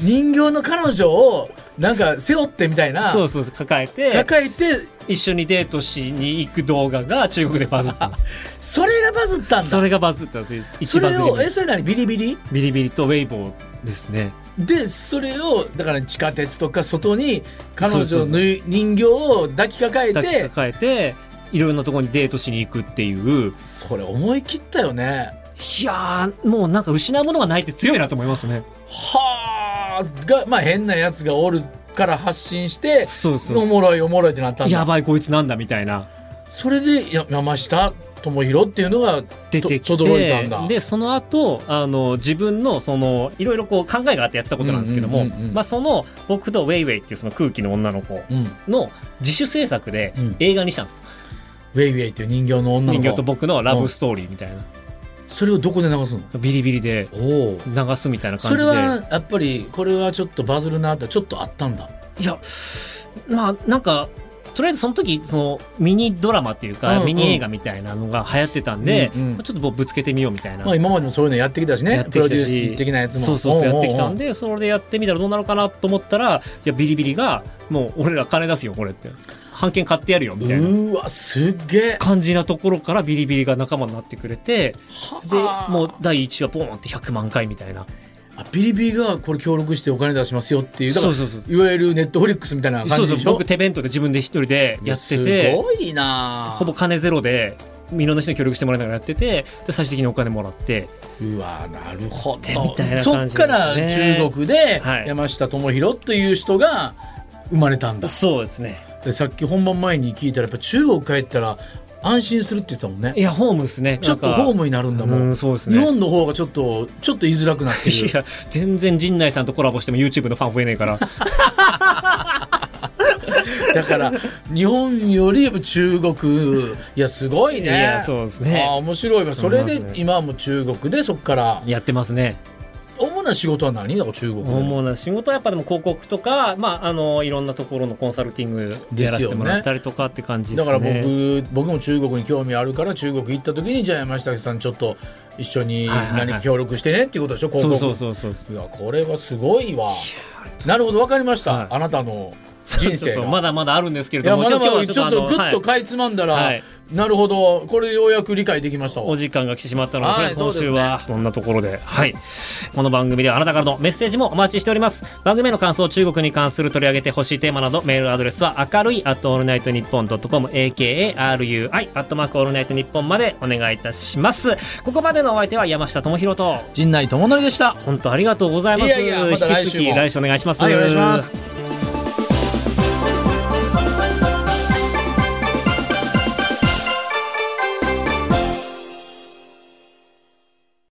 Speaker 3: 人形の彼女をなんか背負ってみたいな
Speaker 2: そうそうそう抱えて
Speaker 3: 抱えて
Speaker 2: 一緒にデートしに行く動画が中国でバズったんです
Speaker 3: それがバズったんだ
Speaker 2: それがバズったんです
Speaker 3: そ
Speaker 2: 一バ
Speaker 3: れ
Speaker 2: ズ
Speaker 3: を
Speaker 2: り
Speaker 3: えそれ何ビリビリ
Speaker 2: ビリビリとウェイボーですね
Speaker 3: でそれをだから地下鉄とか外に彼
Speaker 2: そう
Speaker 3: 女
Speaker 2: そうそ
Speaker 3: の人形を抱きかかえ
Speaker 2: 抱き
Speaker 3: て
Speaker 2: 抱えていろんなところにデートしに行くっていう
Speaker 3: それ思い切ったよね
Speaker 2: いやーもうなんか失うものがないって強いなと思いますね
Speaker 3: はあがまあ変なやつがおるから発信して
Speaker 2: そうそう
Speaker 3: お
Speaker 2: そう
Speaker 3: もろいおもろいってなったんだ
Speaker 2: やばいこいつなんだみたいな
Speaker 3: それでや山下智博っていうのが
Speaker 2: 出てき
Speaker 3: と轟いたん
Speaker 2: て
Speaker 3: だ
Speaker 2: でその後あの自分のそのいろいろこう考えがあってやってたことなんですけども、
Speaker 3: うんうんうんうん
Speaker 2: まあ、その僕とウェイウェイっていうその空気の女の子
Speaker 3: うん、ウ
Speaker 2: の自主制作で
Speaker 3: うん
Speaker 2: 映画にしたんですよ、
Speaker 3: ェイウェイっていう人形の女の子
Speaker 2: 人形と僕のラブストーリーみたいな、
Speaker 3: それをどこで流すの
Speaker 2: ビリビリで
Speaker 3: おお
Speaker 2: 流すみたいな
Speaker 3: そ
Speaker 2: 感
Speaker 3: れ
Speaker 2: じで
Speaker 3: はやっぱりこれはちょっとバズるなってちょっとあったんだ
Speaker 2: いやまあなんかとりあえずその時そのミニドラマっていうか、
Speaker 3: うんうん
Speaker 2: ミニ映画みたいなのが流行ってたんで、
Speaker 3: うんうん
Speaker 2: まあちょっともうぶつけてみようみたいな、
Speaker 3: まあ、今までもそういうのやってきたし
Speaker 2: や
Speaker 3: ね
Speaker 2: ってきたし
Speaker 3: プロデュース的なやつも
Speaker 2: そうそうそうやってきたん
Speaker 3: で
Speaker 2: でそれでやってみたらどうなるかなと思ったらいやビリビリがもう俺ら金出すよこれって版権買ってやるよみたいな
Speaker 3: うわすっげえ
Speaker 2: 感じなところからビリビリが仲間になってくれてで
Speaker 3: はあ
Speaker 2: もう第1話ボーンって100万回みたいな
Speaker 3: あビリビリがこれ協力してお金出しますよっていうだか
Speaker 2: そ
Speaker 3: ら
Speaker 2: うそうそう
Speaker 3: いわゆるネットフリックスみたいな
Speaker 2: そ
Speaker 3: 感
Speaker 2: う
Speaker 3: じ
Speaker 2: そう
Speaker 3: でしょ
Speaker 2: 僕手弁当で自分で一人でやって
Speaker 3: す
Speaker 2: て
Speaker 3: ごいなあ
Speaker 2: ほぼ金ゼロでいろんな人に協力してもらいながらやっててで最終的にお金もらって
Speaker 3: うわなるほ
Speaker 2: て
Speaker 3: ど
Speaker 2: みたいな感じですね
Speaker 3: そっから中国で
Speaker 2: はい
Speaker 3: 山下智博という人が生まれたんだ、
Speaker 2: そうですね
Speaker 3: でさっき本番前に聞いたらやっぱ中国帰ったら安心するって言ってたもんね
Speaker 2: いやホームですね
Speaker 3: ちょっとホー
Speaker 2: ム
Speaker 3: ムになるんだもん
Speaker 2: うんそうですね
Speaker 3: 日本の方がちょっとちょっと言いづらくなって
Speaker 2: <laughs>
Speaker 3: る
Speaker 2: いや全然陣内さんとコラボしても YouTube のファン増えねえから
Speaker 3: だから日本よりやっぱ中国いやすごいね
Speaker 2: いやそうですね
Speaker 3: あー面白いわそれで今はもう中国でそこから
Speaker 2: やってますね
Speaker 3: 面主な仕事は何だか中国で
Speaker 2: 主な仕事はやっぱでも広告とか、まあ、あのいろんなところのコンサルティングやらせてもらったりとかって感じで
Speaker 3: だ
Speaker 2: す
Speaker 3: から
Speaker 2: ね
Speaker 3: 僕僕も中国に興味あるから中国行った時にじゃあ山下さんちょっと一緒に
Speaker 2: はいはいはい
Speaker 3: 何か協力してねっていうことでしょ広
Speaker 2: そう
Speaker 3: 告
Speaker 2: そうそうそうそう
Speaker 3: いやこれはすごいわなるほどわかりました、
Speaker 2: はい
Speaker 3: あなたの
Speaker 2: <laughs>
Speaker 3: 人
Speaker 2: ちょ
Speaker 3: 生
Speaker 2: っ
Speaker 3: が
Speaker 2: とまだまだあるんですけれ
Speaker 3: いや
Speaker 2: ども
Speaker 3: まだまだ
Speaker 2: 今
Speaker 3: ち
Speaker 2: 日
Speaker 3: ょ
Speaker 2: は
Speaker 3: っ
Speaker 2: ちょ
Speaker 3: と
Speaker 2: っ
Speaker 3: グ
Speaker 2: とあ
Speaker 3: ッ
Speaker 2: の
Speaker 3: とかいつまんだら、
Speaker 2: はい
Speaker 3: なるほどこれようやく理解できました
Speaker 2: お
Speaker 3: わ
Speaker 2: 時間が来てしまったので、とりあえず
Speaker 3: はい
Speaker 2: 今週はこんなところで、はい、この番組ではあなたからのメッセージもお待ちしております番組への感想中国に関する取り上げてほしいテーマなどメールアドレスは明るい「アットオールナイトニッポン」.com akarui「アットマークオールナイトニッポン」までお願いいたしますここまでのお相手は山下智博と
Speaker 3: 陣内智則でした
Speaker 2: 本当ありがとうございます
Speaker 3: いやいやまた来週も
Speaker 2: 引き続き来週お願いします、
Speaker 3: はいお願いします